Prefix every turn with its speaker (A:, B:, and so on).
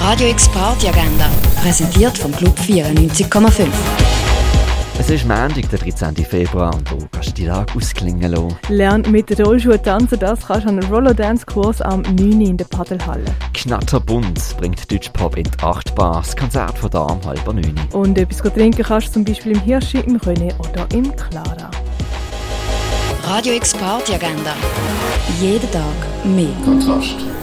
A: Radio X Party Agenda, präsentiert vom Club 94,5.
B: Es ist Montag, der 13. Februar, und du kannst den Tag ausklingen lassen.
C: Lern mit Rollschuhen tanzen, das kannst du an einem Rollerdance-Kurs am 9. in der Paddelhalle.
B: Knatterbunt bringt Deutschpop in die 8 Bar, das Konzert von da um halb 9.
C: Und etwas trinken kannst du zum Beispiel im Hirschi, im Röne oder im Clara.
A: Radio X Party Agenda. Jeden Tag mehr.
D: Kontrast.